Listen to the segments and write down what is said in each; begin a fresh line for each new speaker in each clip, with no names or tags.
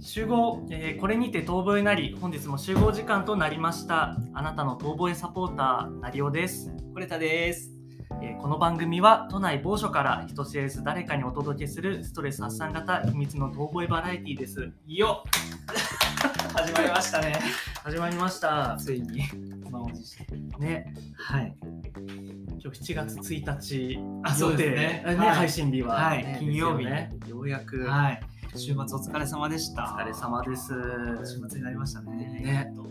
集合、えーこれにて遠吠えなり本日も集合時間となりましたあなたの遠吠えサポーターなりおです、
これたです。
えーこの番組は都内某所から人知れず誰かにお届けするストレス発散型秘密の遠吠えバラエティです
よ っ始まりましたね。
始まりました
ついに満を持して。
ね
はい。
今日7月1日
あそうですね
予定
はい
配信日は、
はい
ね
金曜日
ですよね
ようやく、はい、週末お疲れ様でした。
お疲れ様です
週末になりましたね。
ね
えっと。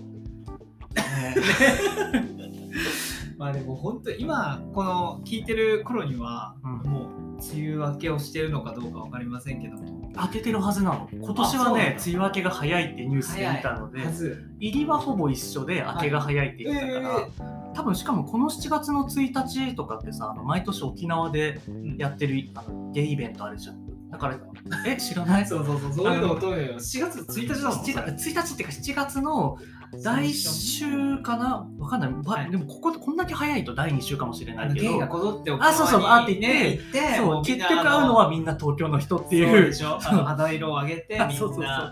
まあでも本当今この聞いてる頃には、
うん
もう梅雨明けをしてるのかどうかわかりませんけども。
当ててるはずなの今年
あ
は
そうなん
ね
だ
梅雨明けが早いってニュースで見たので
はず。
入りはほぼ一緒で明けが早いって言ってたから、多分しかもこの7月の1日とかってさあの毎年沖縄で
うん
やってるあのゲイイベントあるじゃんだからえ知らない
そうそうそうそういうのを問うよ。7月1日だもん。
7 1日っていうか7月の来週かなわかんない、ば
はい
でもこここんだけ早いと第2週かもしれ
あ
な
の
いけ
ゲイが
ど
こぞって沖縄
あそうそう
に
あって言って
ね行って
そう結局会うのはみんな東京の人ってい
そう
う
でしょあの肌色を上げてみん
あ
な
そうそうそう
うんはい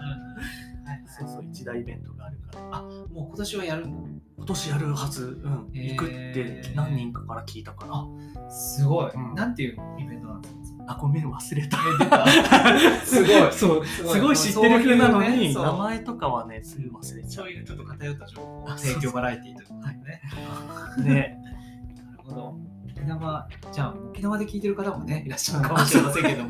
そうそう一大イベントがあるから
はいもう今年はやるの
今年やるはず、うん、
へー
行くって何人かから聞いたからあ
すごい、
うん
なんていうイベントなんですか
あごめん忘れた
出たすごい
そう
す
すごい知ってる風なのに、
そう
名
いうね
前とかはねすぐ忘れちゃ
そう
う
そういうちょっと偏った情報
あ
提
そうそ
供
う
バラエティーということでね
ね
なるほど沖縄じゃあ沖縄で聞いてる方もねいらっしゃるかもしれません けども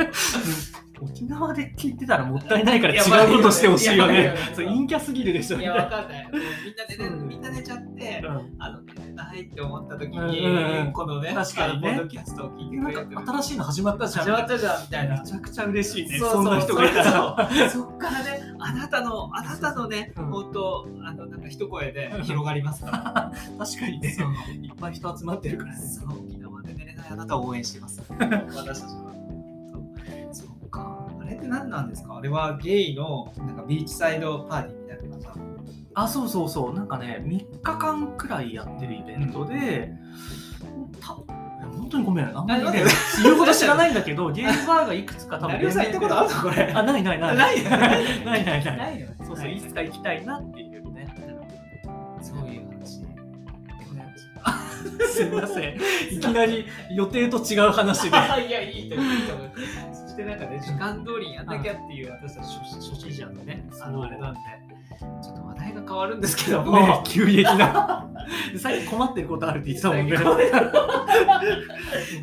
沖縄で聞いてたらもったいないから
いやまあ
違うことしてほしいよ
いや
ね
まあいや
そう陰キャすぎるでしょ
い
み
や
たいな
わかんないもうみんなでねみんな寝ちゃって
うん
あの寝ないって思った時に、
うんうんうん
このね
確かにね
あのポッドキャストを聞いてくれて
な
る
んか新しいの始まったじゃん
始まったじゃんみたいな
めちゃくちゃ嬉しいね
そう
そ
そうん
な人がいたら
そうそっからねあなたのあなたのね
うん
本当あのなんか一声で広がりますか
確かに
ら
ねいっぱい人集まってるから
そう沖縄で寝れないあなたを応援してます私たちはそうそっかあれって何なんですかあれはゲイのなんかビーチサイドパーティーみたいな感
あそうそうそうなんかね3日間くらいやってるイベントで、た本当にごめんあんまり
あい
ね
や
言うほど知らないんだけどゲームバーがいくつか多分
じなりおさん行ったことあるのこれ
あないない ない
ないよね
ないないない
ないよね
そうそう、いつか行きたいなっていうね。
そういう話
すいません。いきなり予定と違う話で。
いや、いいと思う、いいと思う。そしてなんかね、時間通りにやんなきゃっていう私たち初初心者のね、あ
そう
のあれなんで、ちょっと話題が変わるんですけども、
ね、急激な。最近困ってることあるって言ってたもんね。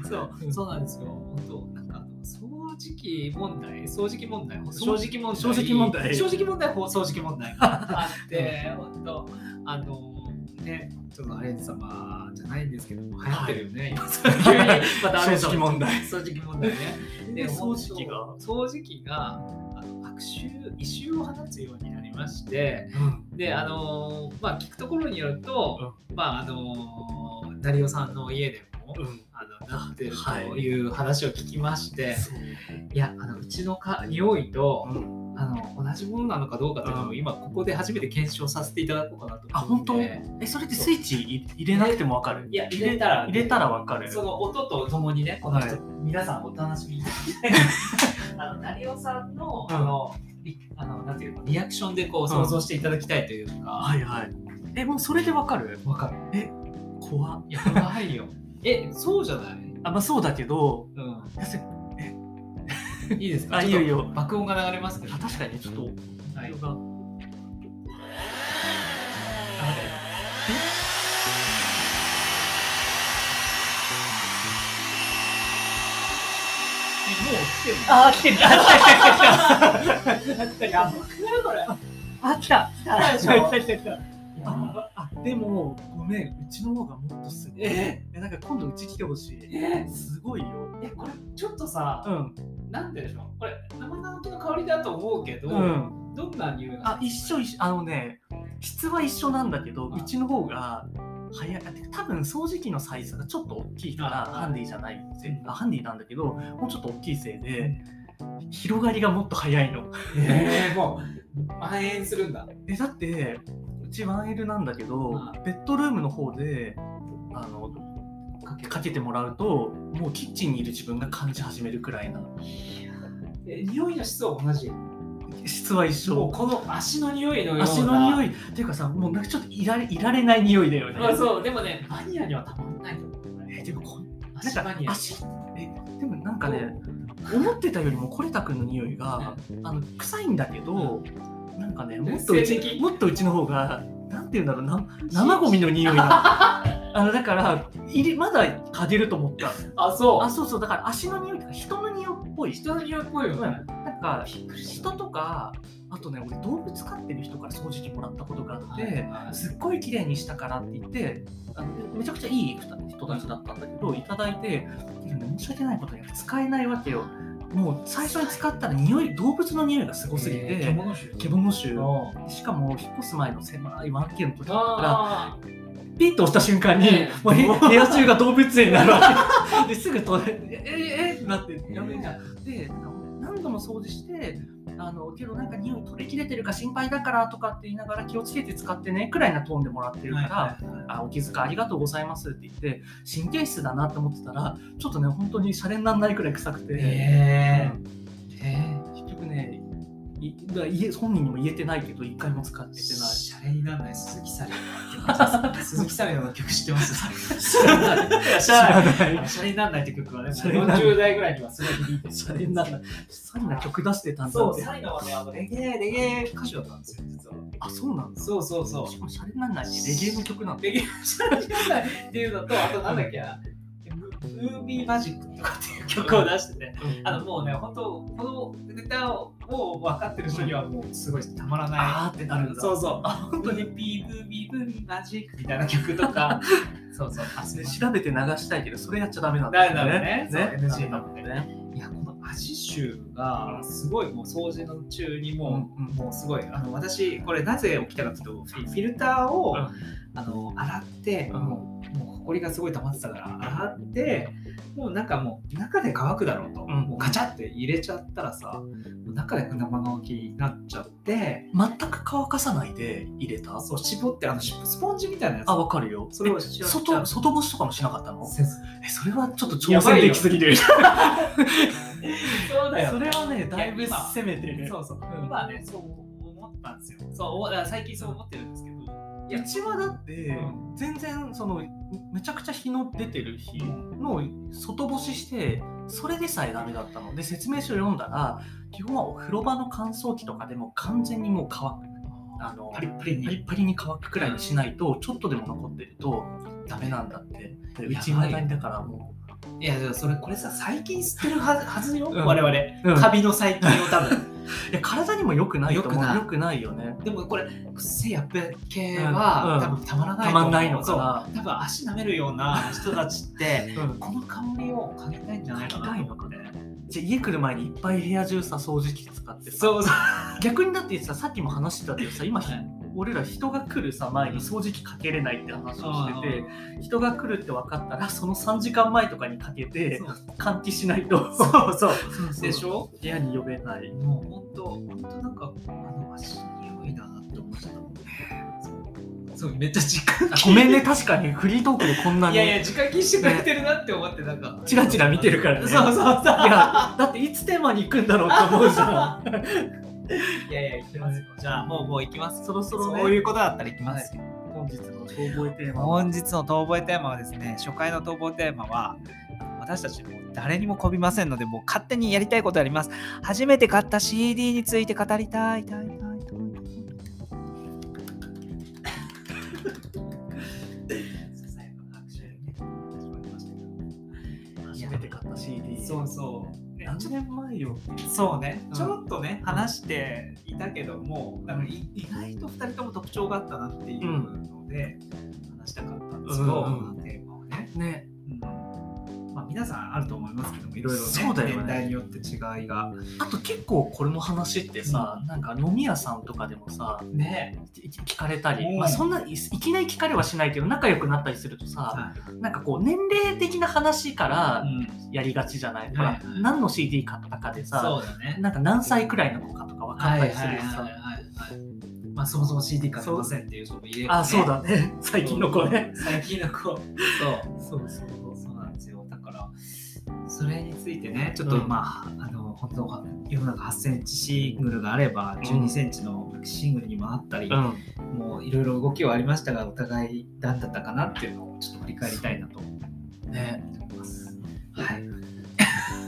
そうう、
ん
そうなんですよ。本当なんか掃除機問題、掃除機問題、
そ
正
う
直問題、
正直問題
正直問題、ほう掃除機問題 があって、本当あのね、ちょっとアレン様じゃないんですけども、流行ってるよね。 急にまたアレン様
正直問題。
掃除機問題ね。
で、掃除機が。
掃除機があの悪臭異臭を放つようになりましてであのーまあ聞くところによると、まああのーダリオさんの家でも
うん。
あのなってるという話を聞きまして、い、やあのうちのか匂いと、
うん
あの同じものなのかどうかというの
う
を今ここで初めて検証させていただこうかなと
あ、
思
本
って
当。え、それってスイッチ入入れなくてもわかる
いや入れたら
入れたらわかる。
その音とともにね、この人、
はい
皆さんお楽しみに。あの、成尾さんの、
うん
あの、リあの、なんていうの、リアクションでこう想像していただきたいというか。
はいはい。え、もうそれでわかる
わ、かる。
怖
いや、やばいよ。え、そうじゃない。
あ、まあそうだけど、
う
いやせ
ん。いいですか。
あ、いい
ちょ
よ
っ
い
と
いよ。
爆音が流れますけど
あ。確かにねちょっと
はい
音が。
もう来てる。
あ、来てる。
やばくない、これ。
あ、来た。
来たでしょ
来た来た来た
やば
あでもごめんうちの方がもっとすごい
え
えなんか今度うち来てほしい
え
すごいよ
え、これ、ちょっとさ、
うん
なんででしょう。これ、生乾きの香りだと思うけど、
うん
どんな匂いが。
あ一緒一緒あのね質は一緒なんだけど
あ
うちの方が早いあてか多分掃除機のサイズがちょっと大きいから
あ
ハンディじゃないぜあハンディなんだけどもうちょっと大きいせいで広がりがもっと早いの
ええもう蔓延するんだ。
えだってうち 1L なんだけど
あ
ベッドルームの方であの
かけ
かけてもらうともうキッチンにいる自分が感じ始めるくらいな
え匂いの質は同じ。
質は一
もう
緒
この足の匂いのような
足の匂いっていうかさもうなんかちょっといられいられない匂いだよね、
まあそうでもねマニアにはたまんないと思うね
えでもこんなん
足
か
マニア
足えでもなんかね思ってたよりもコレタ君の匂いがあの臭いんだけどなんかねもっとう
性
ち
的
もっとうちの方がなんて言うんだろうな生ゴミの匂いが あのだから入りまだ嗅げると思った
あそ
あ
う
そうそうだから足の匂いとか人の匂いっぽい
人の匂いっぽいよ
うん
ね
なんか人とかあとね俺動物飼ってる人から掃除機もらったことがあって、
はい
すっごい綺麗にしたからって言ってあのめちゃくちゃいい人たちだったんだけどいただいて申し訳ないことに使えないわけよもう最初に使ったら匂い動物の匂いがすごすぎ
えー
て
獣臭
獣臭
の
しかも引っ越す前の狭い 1K の時だったから
あー
ピッと押した瞬間に、
ね
もうへ部屋中が動物園になるわけ ですぐ取れえええってなってやべえなでなんか何度も掃除してあのけどなんか匂い取り切れてるか心配だからとかって言いながら気をつけて使ってねくらいなトーンでもらってるから、
はいはいはい
あお気遣いありがとうございますって言って神経質だなって思ってたらちょっとね本当にシャレにならないくらい臭くて、
えーえ
うん結局ねいだから家本人にも言えてないけど一回も使って
ー
てない
シャレにならない鈴木サレ 鈴木サレの曲知ってます知らない
知らない
あシャレにならないって曲はね、
シャレにならない
40代ぐらいにはすごい響いてる
シャレにならないそんな曲出してたんだ
そ
っ
う、
て
サイナはね、あのレゲエ、レゲエ歌手だったんですよ、実は。
あそうなんだ
そうそうそう。
しかもシャレになんないしレゲエの曲なんだ
レゲエシャレにならないっていうのと、あとなんだっけな、ムムービーマジックとかっていう曲を出してて、あのもうね、本当このネタをもう分かってる人にはもうすごいたまらない。
あーってなるんだ
そううそう。あ、本当にビーブービーブービーマジックみたいな曲と か、そうそう。あ、そ
調べて流したいけどそれやっちゃダメなんだ
ダメだね
ね
そう NG
な
なんん
だ
だ
ね
いやこの味臭がすごいもう掃除の中にも
う
う,、
んうん
もうすごいあの私これなぜ起きたかというとフィフィルターを、
うん
あの洗って、
うん
もうもう埃がすごい溜まってたから洗ってもうなんかもう中で乾くだろうと、
ん
もうガチャって入れちゃったらさもう中で生乾きになっちゃって
全く乾かさないで入れた
そう絞ってあのしスポンジみたいなやつ
あわかるよ
それをし
え外外干しとかもしなかったの
せず
えそれはちょっと
や
挑
ば
戦
いよ
できすぎる
そうだよ
それはねだいぶ
いや今
攻めてる
そうそう、
うん
今ね、そう思ったんですよ。そうお、だから最近そう思ってるんですけど、いうや
ちはだって
う
全然そのめちゃくちゃ日の出てる日の外干ししてそれでさえダメだったので説明書読んだら基本はお風呂場の乾燥機とかでも完全にもう乾くあの
パリッパリに。
パリッパリに乾くくらいにしないとちょっとでも残ってるとダメなんだってでうち
やばい
未だにだからも
いや、でもそれ、これさ、細菌吸ってるはず はずよ、
うん
我々。
う、
カビの細菌を多分。
いや体にも良くないと思
良くな
う
い
良くないよね
でもこれ、癖やっべ系
うんうん
は、多分たまらない
た
と思う。
まんないの
そう
か
多分足舐めるような人たちって、
な、うん
この香りを嗅ぎたいんじゃないかな。
嗅ぎたいのかじゃあ家来る前にいっぱい部屋中さ掃除機使ってさ
そうそう。
逆にだってささっきも話してたけどさ今、
はい
俺ら人が来るさ前に掃除機かけれないって話をしてて、人が来るって分かったらその3時間前とかにかけて
そう
換気しないとそうそう
でしょ
部屋に呼べない
もう本当、本当なんか、あの足にいいなって思っちゃったもんね。そう、めっちゃ時間
あごめんね確かにフリートークでこんなに
いやいや、時間気にしてくれてるなって思って、なんか。
チラチラ見てるからね
そうそうそう。
いやだっていつテーマに行くんだろうと思うじゃん
いやいや、行きますよ。じゃあ、もう、もう行きます。
そろそろね
そういうことだったら行きますよ。
本日の遠吠えテーマは
本日の遠吠えテーマはですね、初回の逃亡テーマは、私たちもう誰にもこびませんので、もう勝手にやりたいことやります。初めて買った CD について語りたい、たい、たい、たい。
初めて買った CD
そうそう。ね
何年前よ
そうね、
うん
ちょろっとね、話していたけども、なんかい意外と2人とも特徴があったなっていうので、話したかったんですけど、
うん
テーマをね、
ね
うんまあ、皆さんあると思いますけども、いろいろね
そうだよね
年代によって違いが。
あと結構これの話ってさ、
うん
なんか飲み屋さんとかでもさ
ね、
い聞かれたり、
うん
まあ、そんないいきなり聞かれはしないけど仲良くなったりするとさ
は
なんかこう年齢的な話から
い
やりがちじゃない、
はい
ほら
はい
何の CD 買ったかでさ
そうだね。
なんか何歳くらいの子かとか分かったりするしさ、
はいはいはいはいまあ、そもそも CD 買ってませんっていう人もいれば、ね、
あそうだね 最近の子ね
最近の子。そう。
そうそう
そうなんですよ。だから、それについてね、ちょっと
うん
まあ、あの、本当世の中8センチシングルがあれば12センチのシングルにもあったり、
うん
もういろいろ動きはありましたがお互いだったかなっていうのをちょっと振り返りたいなと思
ね、
います。はい、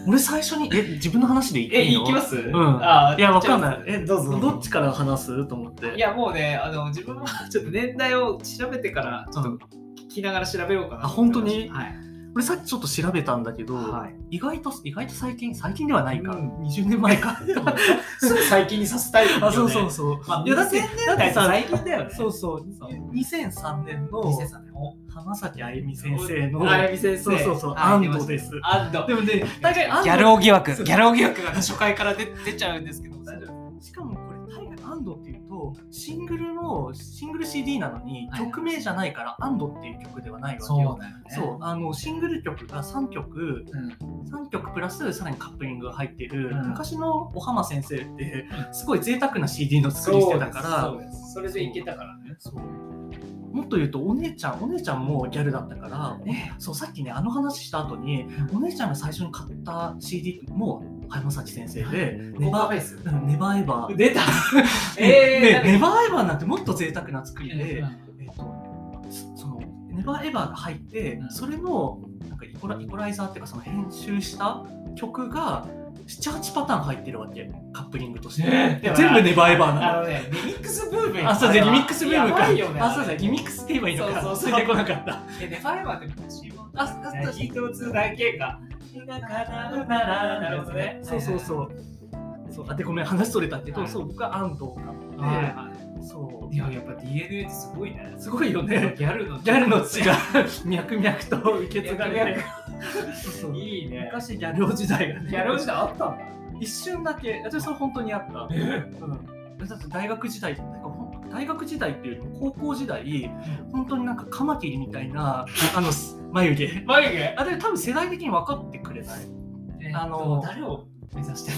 俺最初にえ自分の話でい
え、
いの
行きます、うんあー
いやわかんない
え、どうぞ。
どっちから話すと思って
いや、もうね、あの自分はちょっと年代を調べてから、ちょっと聞きながら調べようかな
あ
と思って
本当に
ます
俺さっきちょっと調べたんだけど、
はい。はい、
意外と意外と最近最近ではないか、
うん
20年前 かと思って
すぐ最近にさせたいよ、ね。
あそうそうそう、
まあ、
いやだって
2000年代
だってさ
最近だよね。
そうそう
そう
2003年の
2003年お
浜崎あゆみ先生の
あやみ先生。
そうそうそう
はい
安藤です
安藤。
でもね大概安
ギャル
藤
オ疑惑、
そう
ギャルオ疑惑が初回から出出ちゃうんですけど、大丈夫
しかもこれ大概安藤っていうとシングルのシングル CD なのに
はい
曲名じゃないから安藤っていう曲ではないわけ
そう
よ
だよね。
そうあのシングル曲が3曲
うん。
3曲プラスさらにカップリングが入ってる、
うん
昔のお浜先生って
う
すごい贅沢な CD の作りしてたから
そうですそれでいけたからね。
そうもっと言うとお姉ちゃんお姉ちゃんもギャルだったから、
ね
そうさっきねあの話した後にお姉ちゃんが最初に買った CD も浜崎先生で「ネ
ネ
バ
バーフ
ー
ェイス。
うんネバーエバー」
出た
ね
え
ネバーエバーなんてもっと贅沢な作り
ー
で、えっとそのネバーエバーが入って、
うん
それのなんかイコライコライザーっていうかその編集した曲が78パターン入ってるわけカップリングとして、
ね
で全部ネバーエバーな
あ
の。
のね、リミックスブーム
あ、そうじゃあリミックスブームか。
いよね。
あ、そうじゃ
だ
あリミックスって言えばいいのか。
そうそうそう
ついてこなかった。
え、ネバーエバーって昔も。
あ、そうそう
一つだけが。ならなるほどね。
そうそう
う。
そう。そうあでごめん話それたけど、
はい
そう僕は安藤だ
はい
っ
は
たので、そ
い。いや、やっぱ DNA ってすごいね
う。すごいよ
ギ
ね。
ャルの
ギャルの血が脈々と受け継がれて、そう
いいね。
昔ギャル男時代がね、
ギャル時代あったんだ。
一瞬だけ、私それ本当にあった。うん、だって大学時代なんかほん大学時代っていうよりも高校時代本当になんかカマキリみたいなあのす眉毛
眉毛
あれ多分世代的に分かってくれない
あ
あ
の
の
誰を目指して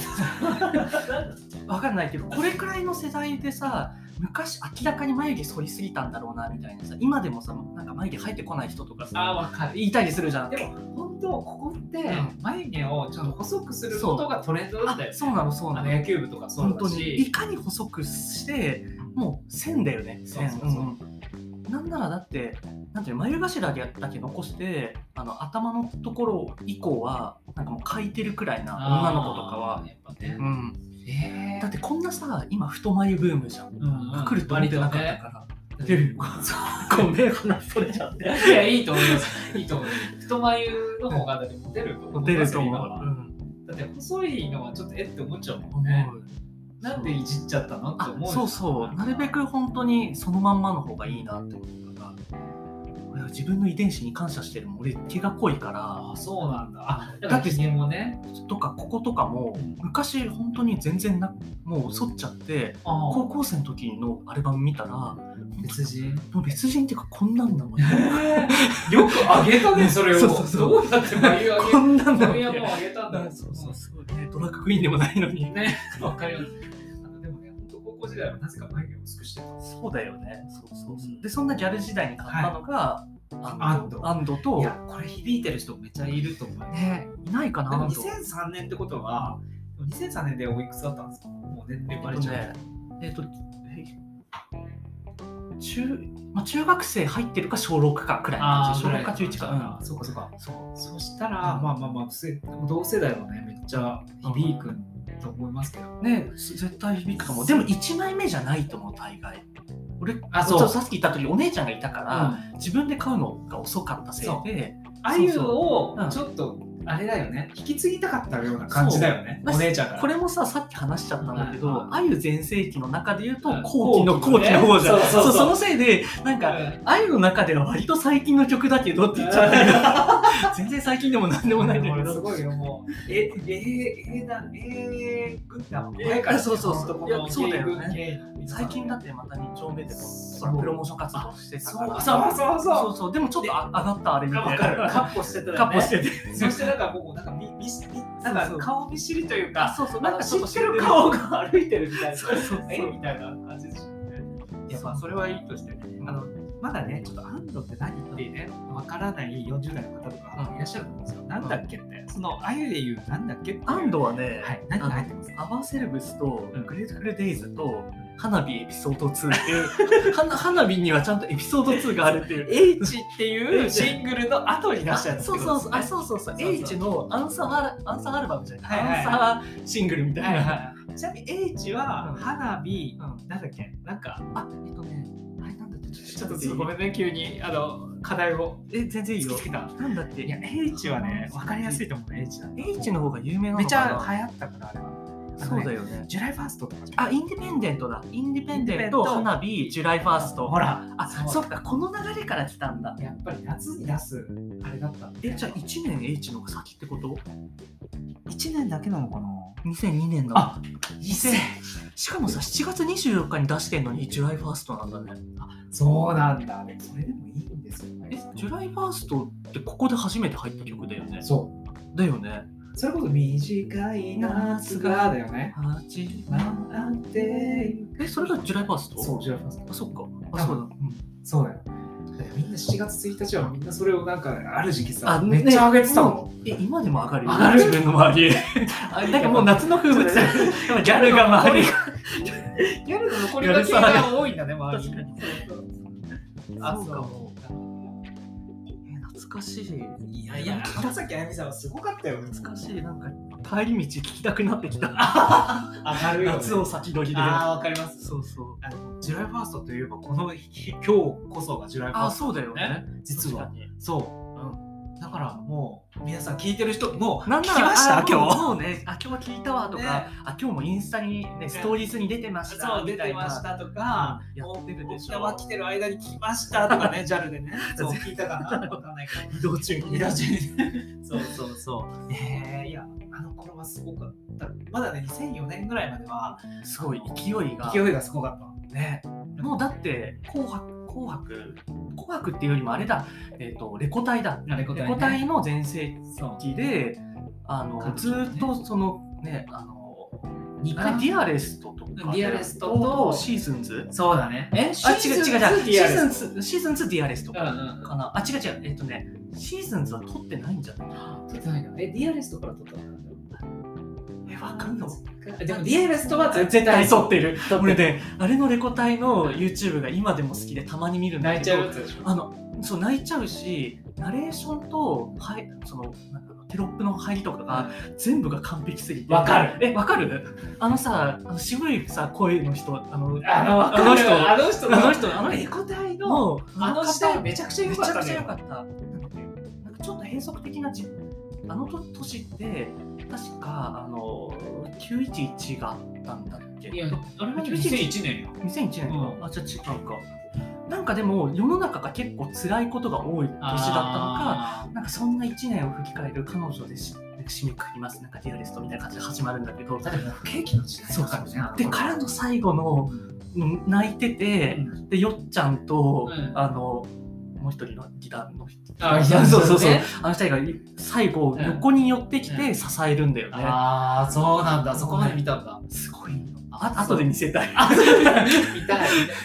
分かんないけどこれくらいの世代でさ昔明らかに眉毛剃りすぎたんだろうなみたいなさ今でもさなんか眉毛生えてこない人とか
たあ、
さ
わかる。
言いたりするじゃん
でも本当ここって
うん
眉毛をちょっと細くすることがトレンドだ
あ
ったよね。
そうなのそう
あ
な
の
の
野球部とかそう
本当
だ
に
し
い。かに細くしてもう線だよね
そう
線
そうそ
う
う
んなんならだってなんていうの眉頭だけだけ残してあの頭のところ以降はなんかもう描いてるくらいな女の子とかは
あー。やっぱね
うん、
え
だってこんなさ今太眉ブームじゃん
ー
来ると思ってなかったから、出る ごめん話それちゃって
いや、いいと思います。いいと思います。太眉の方がだってモテると思う。
出ると思
今
う、う
は
ん
だって細いのはちょっとえって思っちゃうもんね
思。う
なんでいじっちゃったのって
あ
思う。
そうそうなるべ。く本当にそのまんまの方がいいなって思うから俺は自分の遺伝子に感謝してるもん俺毛が濃いから
あ、そうなんだ。あ、だ
だ
っ
ってて
人間もね。
とかこことかも昔本当に全然なもう剃っちゃって
あ
高校生の時のアルバム見たらも
別人。
う別人っていうかこんなんなのに
よくあ げたね、それを。
そうそうそう
どうやって眉あげ
こんなんなのに
眉はもうあげたんだよ。
そうそうそうねドラッグクイーンでもないのに
ね、わかります。あのでもね、本当高校時代はなぜか眉毛を薄くしてた。
そうだよね。そうそうそう
うん
で、そんなギャル時代に買ったのが、
安藤
安藤
い
と、
や、これ響いてる人めっちゃいると思う。
ね、いないか
で
な、
も
安藤。
2003年ってことは、2003年でおいくつだったんですかもう年齢バレちゃう。
えっとね、えっと、え中、まあ、中学生入ってるか小6かくらいの感じ小6
小学
か中1か。
そうかそうか
う。ん。そう。
そしたら、まあまあまあ、せ同世代はね、めっちゃ響くと思いますけど。
ね、す絶対響くかも。でも1枚目じゃないと思う、大概。俺、
あそう
ちょっとさっき言った時お姉ちゃんがいたから、
あ
自分で買うのが遅かったせいで、
あいうのを
そう
ちょっと、あれだよね、引き継ぎたかったような感じだよね、
そう
お姉ちゃんから。
これもさ、さっき話しちゃったんだけ
はいは
ど
い、
あゆ全盛期の中で言うと
うん、
後期の
後
後
期
期
のね
の方じゃん。
そうそ
そう
そう
う、そのせいで、なん
う
か、
ん
あゆの中では割と最近の曲だけどって言っちゃった けど、全然最近でもなんでもないんだけ
す
ど。
ごいよ、もう。え、えー、えー、な、えー、グッダ前から、
あそうそうそう
いや、そうだよ
いやそうだよね
ね。
最近だ
っ
ってまた2丁目でも
そ
ほ
う
らプロモーション活動して
て
た
そ
か
う
ら
そうそう
そ
そう
そうでもちょっとあ上がったあれ
う。
み
な
た
んか
いな
カッポしてたよね。
カッポしてて
そしてなんかもうなんかみみみな
そ
んか
うそう
顔見知りというか、
そうそう
なんか知
ちょと
ってる顔が歩いてるみたいな。
そうそうそう
えみたいな感じですよね。いやまあそれはいいとして、あのまだねちょっと安藤って何ってねわからない40代の方とかいらっしゃると思うんですよ。なんだっけって、そのあゆで言うなんだっけっていう。
安藤はね、
はい、何が入ってますか
アバーセルブスと
うん
グレートフルデイズと花火エピソード2っていう、 花花火にはちゃんとエピソード2があるっていう。
H っていうシングルの後に出したやつ
そうそうそう、あ、そうそうそう、
そうそう
H のアンサーアルアンサーアルバムじゃない、
はいはい
アンサーシングルみたい
はい
な。
はいちなみに H は
うん
花火、
うん
なんだっけなんか
あ、えっとね、あれなんだってち
ちょっとちょっとごめんね急にあの課題を
え、全然いいよ
突きつけた。
なんだっ
いや
け
H はね分かりやすいと思うね H だと
H の方が有名なの
めっ
か
ちゃ
な
流行ったからあれは
そうだ
よ
よね。
ジュライファーストとか
あ、インディペンデントだ。インディペンデン
イン
ト、
ディペンデント
花火、ジュライファース
ほ
ト。
ら
あ、そっか、この流れから来たんだ。
やっぱり夏に出すあれだったんだ
え、じゃあ1年 H の方が先ってこと
1年だけなのかな
?2002 年の。
あ2000
しかもさ、7月24日に出してんのに、ジュライファーストなんだね。
そうなんだでもそれでもいいんですよ
え
ね、
ジュライファーストってここで初めて入った曲だよね。
そう
だよね。
それこそ短い夏がだよねなんて
え、それがジュライファースト
そうジュライファースト
あ、そっか。あ、そうだ。
そうだよ。だからみんな7月1日はみんなそれをなんかある時期さ、
あ
めっちゃ上げてたもん。
ん。え、今でも上がるよ
上がる
自分の周り。あなんかもう夏の風物。
ちょっ
ギャルが周りが。
ギャルの残
りがけが
多いんだね、周
り
に。
あ、
あ、
そ
そうう
か
か
も。え、懐かしい。
い
やいや
川崎あゆみさんはすごかったよ。
懐かしい。なんか、帰り道聞きたくなってきた。
明るいよ、ね。
夏を先取りで。
ああ、わかります。
そうそう。
あのジュライファーストといえば、この日今日こそがジュライファ
あ、
ースト。
そうだよね。
実は。
確かに。
そう。だからもう、皆さん聞いてる人、もう、
なんなら
聞きました
あもう
今日
もうね、あ、今日は聞いたわとか、
ね
あ、今日もインスタにね、ストーリーズに出てました
そう、出
みた
て
いな
ましたとか、
やってるでし
沖縄
ょ。
来てる間に来ましたとか ね、JAL でね、そう聞いたかな、わかんないけど。
移動中に。
移動中に そうそうそう。ねえいや、あの頃はすごかった。まだね、2004年ぐらいまでは
すごい勢いが。
勢いがすごかった。
ね。もうだって、紅白、紅白、紅白っていうよりもあれだ、えっ、と、レコ大だ。
レコ
レコ大の全盛
そう。
期で、あの、
感じ
ず
だね
っとその、ね、あの、
2
あれディアレストとかだよね。
ディアレストと
シーズンズ
そうだね。え
あ、違う違う違う。シーズン
ズン
ズ、シーズンズディアレスト
2
か
うん
な。
うんうん。
あ、違う違う。えっ、とね、シーズンズは撮ってないんじゃない
取ってないな。え、ディアレストから取ったの
え、わかんの
えでもディアレストは絶対
撮ってる。
撮って
俺
る。
ね、あれのレコ大の YouTube が今でも好きでたまに見るんだ
泣い
け
ちゃう
ど
や、つでしょ。
あの、そう、泣いちゃうし、ナレーションと、はい、その、なんかテロップの入りとかが、全部が完璧すぎて。
わかる
え、わかるあのさ、あの渋いさ、声の人、あの、
あの、わかる
あの人
あの人
あの人あの人
レコ大の、
の、
あの時代めちゃくちゃ良
めち
かっ
ゃ
た
くちゃ
ね
良かった。なんだっけなんかちょっと変則的なじあのと年って確かあの911があったんだっけ？
いや、あれは
2001
2001年よ。
2001年か、
うん
あじゃあ違うか。なんかでも世の中が結構辛いことが多い年だったのか、
あー
なんかそんな1年を振り返る彼女でし締めくくりますなんかディアレストみたいな感じで始まるんだけど、
だって不景気の時代
そう
だ
そ
から
うで
ね。
からの最後のうん泣いてて。でよっちゃんと、
うん
あのもう一人のギターの人
あギター の人ね
そうそうそうあの二人が最後
うん
横に寄ってき
う
て
ん
支えるんだよね、
ああ、そうなんだ。そこまで見たんだ。
すごいのあ
あ
後で見せたい
あそう 見たい見たい。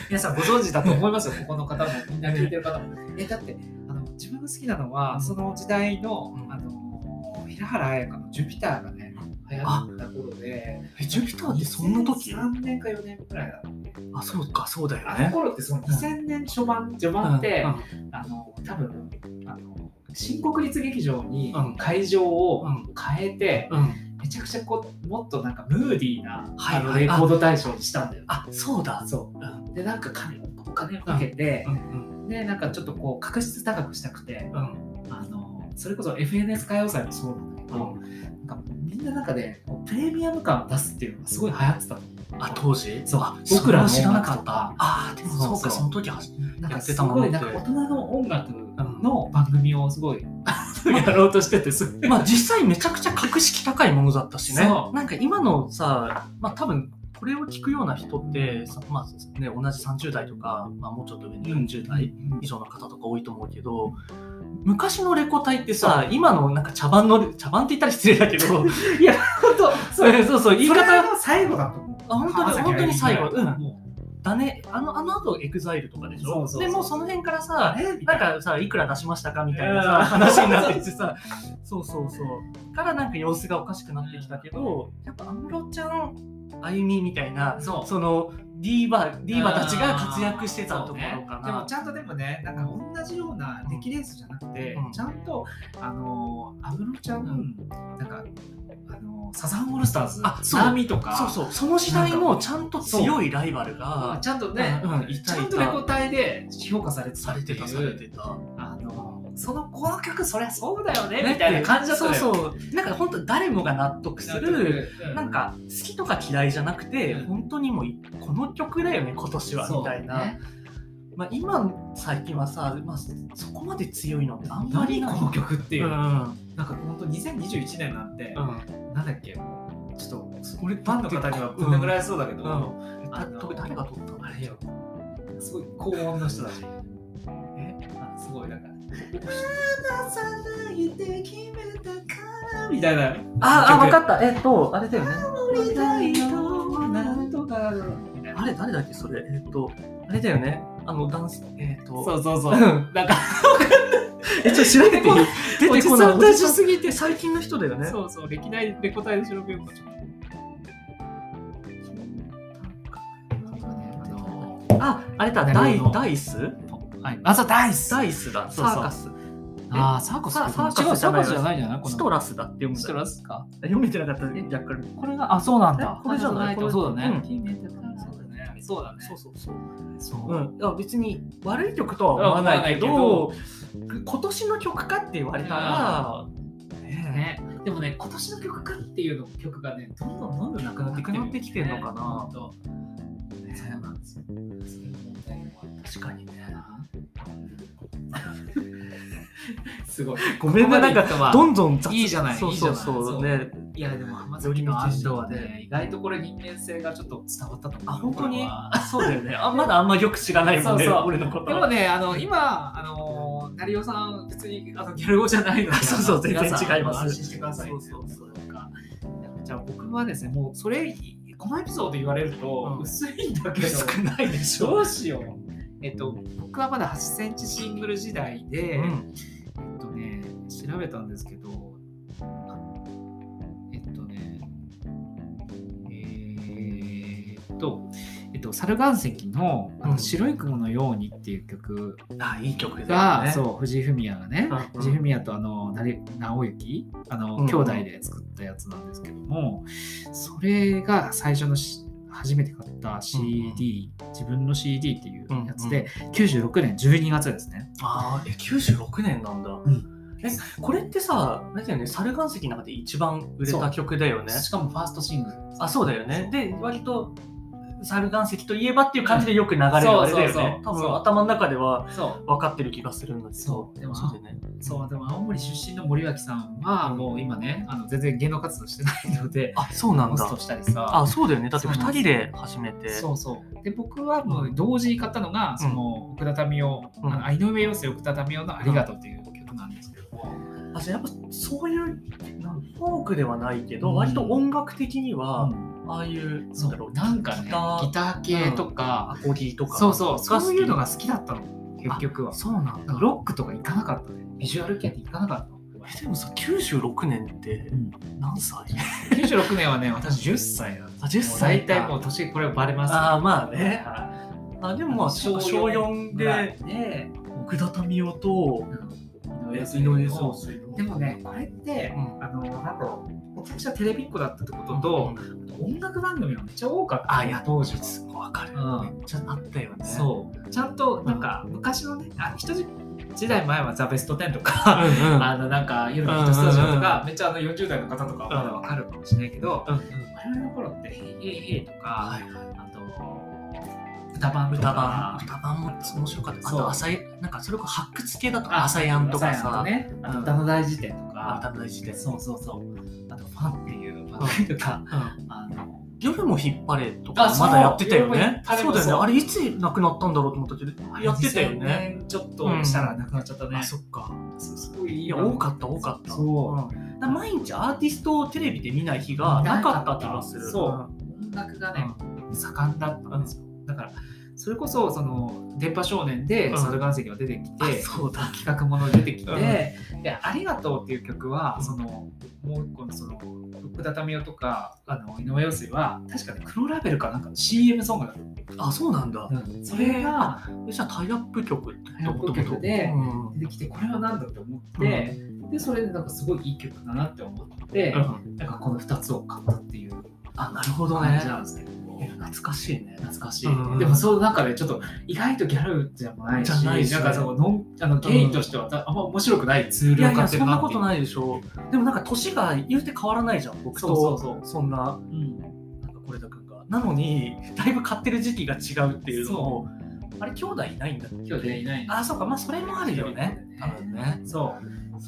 皆さんご存知だと思いますよ。ここの方も、みんな聞いてる方も。え、だって、あの自分が好きなのは、その時代の
う、ん
あの、平原綾香のジュピターがね、流行った頃で。
えジュピターってそんな時
?3 年か4年くらいだろうね。
あそうかそうだよ
あの
ね
頃ってその2000年初版、序盤って、あの多分あの新国立劇場に
うん
会場を
うん
変えて、
うん、うん、
めちゃくちゃこうもっとなんかムーディーな、
はい
あの
はい
レコード大賞にしたんだよ。
あそうだ
そううでなんか金お金をかけて
う、んうん
でなんかちょっとこう確執高くしたくて
うん
あのそれこそ FNS 歌謡祭もそうなんだけど、なんかみんな中でこうプレミアム感を出すっていうのがすごい流行ってたの
あ当時
そう
あ
僕らの
それは知らなか
音楽
っ
とか
たあーでもそう
そうそう
かその時は
な
や
んか
って
す
たものっ
ご
て
いなんか大人の音楽の番組をすごいやろうとしててすごい
まあ実際めちゃくちゃ格式高いものだったしね
そ。う
なんか今のさ、まあ多分これを聞くような人って、さまあね、同じ30代とか、まあもうちょっと上に40代以上の方とか多いと思うけど、昔のレコ大ってさ、今のなんか茶番の、茶番って言ったら失礼だ けど、
本当
そうそうそう、言い方、
の最後だと思う。
あ本当に、本当に最後、うん。だねあのあの後エグザイルとかでしょ
そうそうそう
でもうその辺からさ
えみ
ない
た
ん
な
かさいくら出しましたかみたいな
う
さ
ん
話になってきてさそうそうそうからなんか様子がおかしくなってきたけどやっぱ安室ちゃんあゆみみたいな
そう
そのディーバディーバたちが活躍してたところか
でも
な
ちゃんとでもねなんか同じような出来レースじゃなくて、
うん
ちゃんとあのー安室ちゃん、
う
なんかあのーサザンオールスターズ
あそう
波とか
そうそうその時代もちゃんと強いライバルが
ちゃんとね、
うんうんいたいた
ちゃんとレコ大で評価されて
されてたされてた
あのーそのこの曲そりゃそうだよね
ね
みたいな感じだった
そ
の
う
よ
そうなんか本当誰もが納得する
うん
なんか好きとか嫌いじゃなくて、
うん
本当にもういこの曲だよね今年は
そう
みたいな、
ね
まあ、今最近はさ、まあ、そこまで強いのってあんまり
何
ない
この曲っていうう、
んうん
なんか本当2021年なんて、
うん
なんだっけもうちょっと
俺
ファンの方にはぶん殴られそうだけど、
うん
あ
だ
の
と誰が撮ったの
あれよ、すごい高音の人だし。えあすごい、なんか。離さないで決めたからみたいな。
ああ分か
っ
ったえっとあれだよね
守りたいよ、なんとか。みたいな。
あれ誰だっけそれえっとあれだよねあのダンスえっと
そうそうそうう。
ん
なんか、
えちょっと調べていい
お
出
じ
てこ
さ
ない
んたち
おじさ
すぎて
ん最近の人だよね
そうそう、歴代レコ大で調べようか、ちょっと。あの
ああれだダ
何
イ
者
ダイス
はい、あ、そう、ダイス
ダイスだサ
そうそ
ー
う
カス
ああ、サーカス
ササーカス
違う、
じゃ
サー
ない
カスじゃないんじゃないこの
シトラスだって読むんだ
シトラスか。
読めてなかった若干
これが、あ、そうなんだ
え。これじゃない
これそうだね
う。ん
そうだね。
そうそうそう、
そうう。
ん、あ別に悪い曲とは思わないけど今年の曲かって言われたら、ね
ね、でもね、今年の曲かっていうの曲がね、どんどんどんどんなくなってき
な
て
くなってきてんのかな
ほんとそうなんですよ。そういう問題もある
確かにね
すごい。
ごめんねなんか
か
どんどん雑
いいじゃない
そうそうそう
いいじゃない
ね
いや、でも、浜
寄
崎
り道
の安
し
藤
て
はね、意外とこれ人間性がちょっと伝わったと思う。
あ本当に
これは
そうだよ ねあまだあんまよく知らないもんね
そうそう
俺のこと
でもね、あの今、あの成尾さん、別にあのギャル語じゃないので、
そうそう
あの
全然
皆さん
違います
安心してください。
そうそうそう
なんかじゃあ僕はですね、もうそれ、このエピソード言われると、
うん
薄いんだけど、
少ないでしょ、
どうしよう。えっと、僕はまだ8センチシングル時代で、
うん
えっとね、調べたんですけど、あえっとね、えーっと、えっと、猿岩石の「あ
う
の
ん
白い雲のように」っていう曲
あいい曲だよね
が、そう藤井フミヤがね、
うん
藤井フミヤとあのなり直行あの、
うん
兄弟で作ったやつなんですけどもそれが最初のし初めて買った CD、自分の CD っていうやつで、96年12月ですね。
あーえ96年なんだ、えこれってさあれだよね猿岩石の中で一番売れた曲だよね
しかもファーストシングル
あそうだよねで割と猿岩石といえばっていう感じでよく流れるあれだよね、
そうそうそう
多
そう
分頭の中では
そう
分かってる気がするんだけど
そうでも
そうだよね
そうでも青森出身の森脇さんはもう今ねあの全然芸能活動してないので
あそうなん
ホス
だ
トしたりさ
あそうだよねだって
そう
2
なんです
人で始めて
そうそう。で、僕はもう同時に買ったのが、その奥田民生、
うん
あの井上陽水奥田民生のありがとうっていう曲なんですけども、
あじゃあやっぱそういうなんフォークではないけど、
うん
割と音楽的には、
うん
ああいう
そ
なんだろ
うなんかねギ
ギ
タ
ター
ー系とか、
アコギとか
そうそう
が好き
そういうのが好きだったの結局は
そうなんだ
ロックとか行かなかったねビジュアル系って行かなかったの
えでもさ96年って
うん
何歳、
96年はね私10歳なんです
あ10歳
もう
か
大体もう年これバレます
ああまあ
ね
ねあでもまあ小
小四
4で、
で、ね
奥田民生と
井上
井上陽水の
でもねこれって、
うん
あのなんだろうめちゃくちゃテレビっ子だったってことと、
うん
音楽番組がめっちゃ多かった
あいや
当時は
すごいわかる、
うん
めっちゃあったよね
そうちゃんとなんか昔のねあ一時代前は「ザ・ベスト10」と
う
か、
んうん
あのなんか夜のヒットスタジオと
うんうん
か、
う
めっちゃあの40代の方とかはまだわかるかもしれないけど、
うん
我々の頃って「ヘイヘイヘイ」とか、
はいはい
あと歌番と
歌番
か
歌番も面白かったあ
そう
と浅いなんかそれこそ発掘系だと
あ
朝やんとか
朝やん
さ
ねあと
うん
歌の大辞典と
あ
か、
歌の大事で
そうそうそうあと「ファン」っていう番組とか、あの
夜も引っ張れとか
あそう
まだやってたよねそ
夜も引っ張れも
うだよね
そう
あれいつなくなったんだろうと思ったけどやってたよね
2000年ちょっとしたらなくなっちゃったね、
あそっか
すごい
いや多かった多かった
そ
う
う
んだから毎日アーティストをテレビで見ない日がなかった気がする
そう音楽がね、盛んだったんですよだからそれこそその電波少年で
うん
佐渡岩石が出てき
あ
て、
そうだ
企画もの出てきて、
うん
でありがとうっていう曲は
うん
そのもう一個のその福田民生とかあの井上陽水は確かね黒ラベルかなんかの CM ソングだった、
あそうなんだ、
それが
えじゃあタイアップ曲って
イアップ曲で
うん
出てきてこれは何だって思って、でそれでなんかすごいいい曲だなって思って、
うん
なんかこの2つを買ったっていう
あなるほど
感
ね
じなんですけど、
え懐かしいね
懐かしい、
うん
でもその中でちょっと意外とギャルじゃないし
じゃないし
んかそのノンあのゲイとしてはあんま面白くないツー
い
ルを
やい
買
や
って
そ
る
んな
なってい
こ
う
とないでしょでもなんか年が言うて変わらないじゃん僕と
そうそうそう
そんな
うん
なんかこれだくんがなのにだいぶ買ってる時期が違うっていうのをあれ兄弟いないんだっけ
今日でいないんです
あそうかまあそれもあるよね多分ね
そ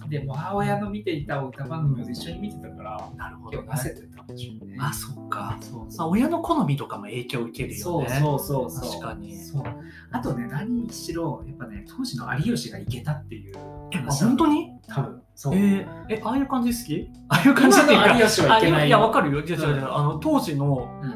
うで母親の見ていた歌番組を一緒に見てたから
なるほど、
今
ね
日、せてたんでしょうね
あそっか
そう
まあ親の好みとかも影響を受けるよ
そう
ね
そうそうそう
確かに
そうあとね何にしろやっぱね当時の有吉がいけたっていう
えあ本当に
多分そう、
えー、えああいう感じ好きああいう感じ
今
っていうか
の有吉はい
あ
け
い
な
や
い
いや、わかるよ。違う違う違う。あの、当時の、
うん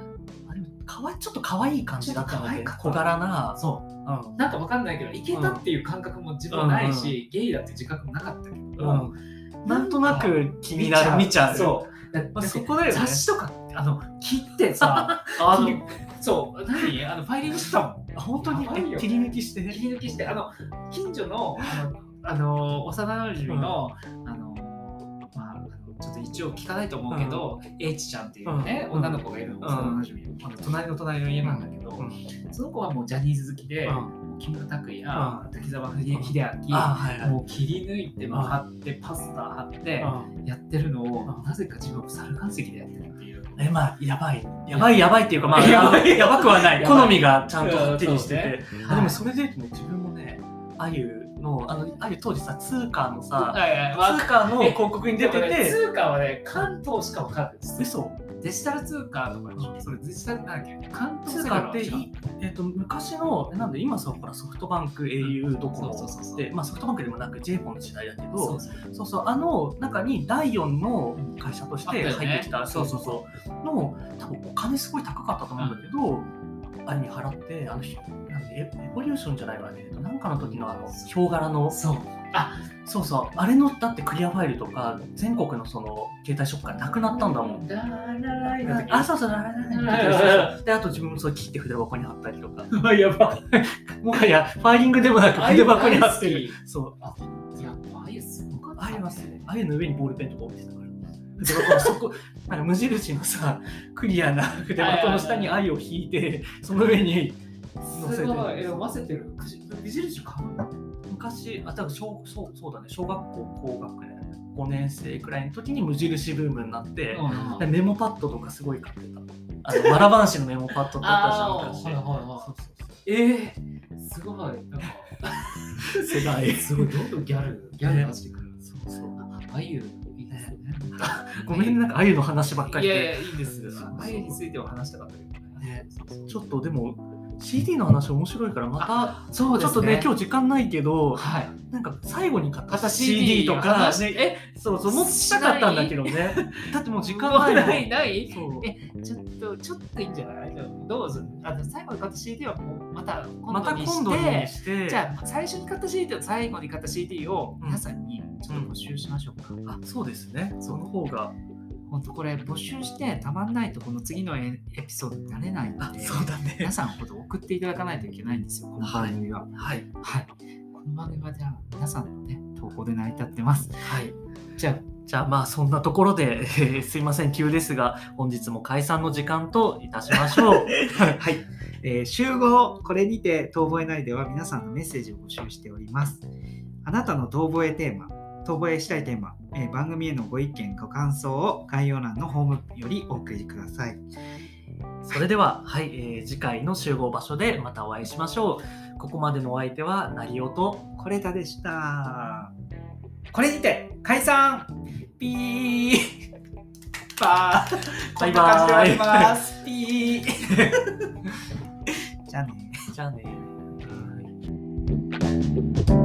あでもかわいちょっと可愛い感じだったの
ちょっと可
で、
愛かった
小柄な、
そう
う
なんかわかんないけどいけたっていう感覚も自分はないし、ゲイだっていう自覚もなかったけど、
ん、うん。なんとなく気になる、見
見
ち
ち
ゃ
ゃ
う。
うそうだ
まあ
だって
そこだよね
雑誌とかあの切ってさ
あ
切
の
る、そう何あのファイリングしてたもん
本当に
やばいよ
え切り抜きして。
切り抜きしてあの近所のあのあの幼馴染の、あのまああのちょっと一応聞かないと思うけど、H ちゃんっていうね、
うん
女の子がいる
う
の、
ん
幼馴染あの隣の隣の家なんだけど、
うん
その子はもうジャニーズ好きで、
うん
木村拓哉や、
う
滝沢秀
あ
明、
はいはい。
もう切り抜いて、まあ、貼ってパスタ貼って
うん
やってるのを、
うん
なぜか自分は猿岩石でやってるっていう。
えまあ、やばい。やばい、やばいっていうか、まあ、
や
や
ばい
ばやばくはない。
やばい
好みがちゃんとはっきりして
うん
て。あ
あ
でも、それで言うとね、自分もね、あゆの、あの、あゆ当時さ、通貨のさ、
はいはいまあ
通貨の広告に出て
でもね
て、
通貨はね、関東しか分かんないです。
嘘
デジタル通貨とかでしょそれデジタルなんだっけ関東
通
セル
貨
ラ
っ
ー
て
違う
い、えっと昔のなんで今さほらソフトバンク au ドコモ
そうそうそうそう
でまあソフトバンクでもなく j ポンの時代だけ
そ
ど
うそう
そうそうあの中に第4の会社とし
あってたよね
入ってきたそうそうそうの多分お金すごい高かったと思うんだけどあれに払ってあのひなんでエエボリューションじゃないわねえっとなんかの時のあのヒョウ柄の
そう。
そうそうあれのだってクリアファイルとか全国のその携帯ショップからなくなったんだもん
ラーラライ
あ、そうそう、ラララララそうそうで、あと自分もそう切って筆箱に貼ったりとか。
うわ、 やばい。
もはや、ファイリングでもなく筆箱に貼ってる。
る。
そう。
やっぱあゆすごかった。
ありますね。あゆの上にボールペンとか置いてたから。筆箱のそこ、なんか無印のさ、クリアな筆箱の下にあゆを引いて、その上に乗せ
す
て
ごい。え、合わせてる。くじ無印か
昔、あ、多分小そうそうだね、小学校高学年、5年生くらいの時に無印ブームになって、でメモパッドとかすごい買ってた。あの、わらばなしのメモパッドとか
あ
さ、
ー
昔
はいはいはい
そうそうそう
えー、すごい。なんか、
世代
すごい。どんどんギャル、ギャルになってくる。
そうそう
ああゆ、いいですね。
ごめんねなんかあゆの話ばっかり
い
で
やいや、いいんです
そうそう。
あゆについては話したかったけど
ね
ね。そうそう
ちょっとでも CD の話面白いからまた
そう
ち
で
ょっ
す
とね
ね。
今日時間ないけど
はい。
なんか最後に買っ
ま
た
た
CD とか
話
ね
え、
そうそうもっとしたかったんだけどねだってもう時間ない
な
も
いない
んそう
え、ちょっと、ちょっといいんじゃないどうぞ。あの、最後に買った CD はもう、また
ま
今度
た
に
今
し
度に
て、
して
じゃあ、最初に買った CD と最後に買った CD を皆さんにちょっと募集しましょうか。
あそうですねその方が
本当これ募集してたまんないとこの次のエエピソードになれないので
だね
皆さんほど送っていただかないといけないんですよこの番組は
はい
はい、この番組はじゃあ皆さんのね投稿で成り立ってます
はい
じゃ
じゃあまあそんなところで、えーすいません急ですが本日も解散の時間といたしましょ う
あはい、えー集合これにて「遠吠えないで」は皆さんのメッセージを募集しておりますあなたの遠吠えテーマ遠吠えしたいテーマ、えー番組へのご意見ご感想を概要欄のホームよりお送りください
それでは、はい、えー次回の集合場所でまたお会いしましょう。ここまでのお相手は、なりおと。
これだでしたこれにて解散ピーバー
バ
バ
イバー
イ
イ
バーイ終わりますピーじゃあね
じゃあね。はい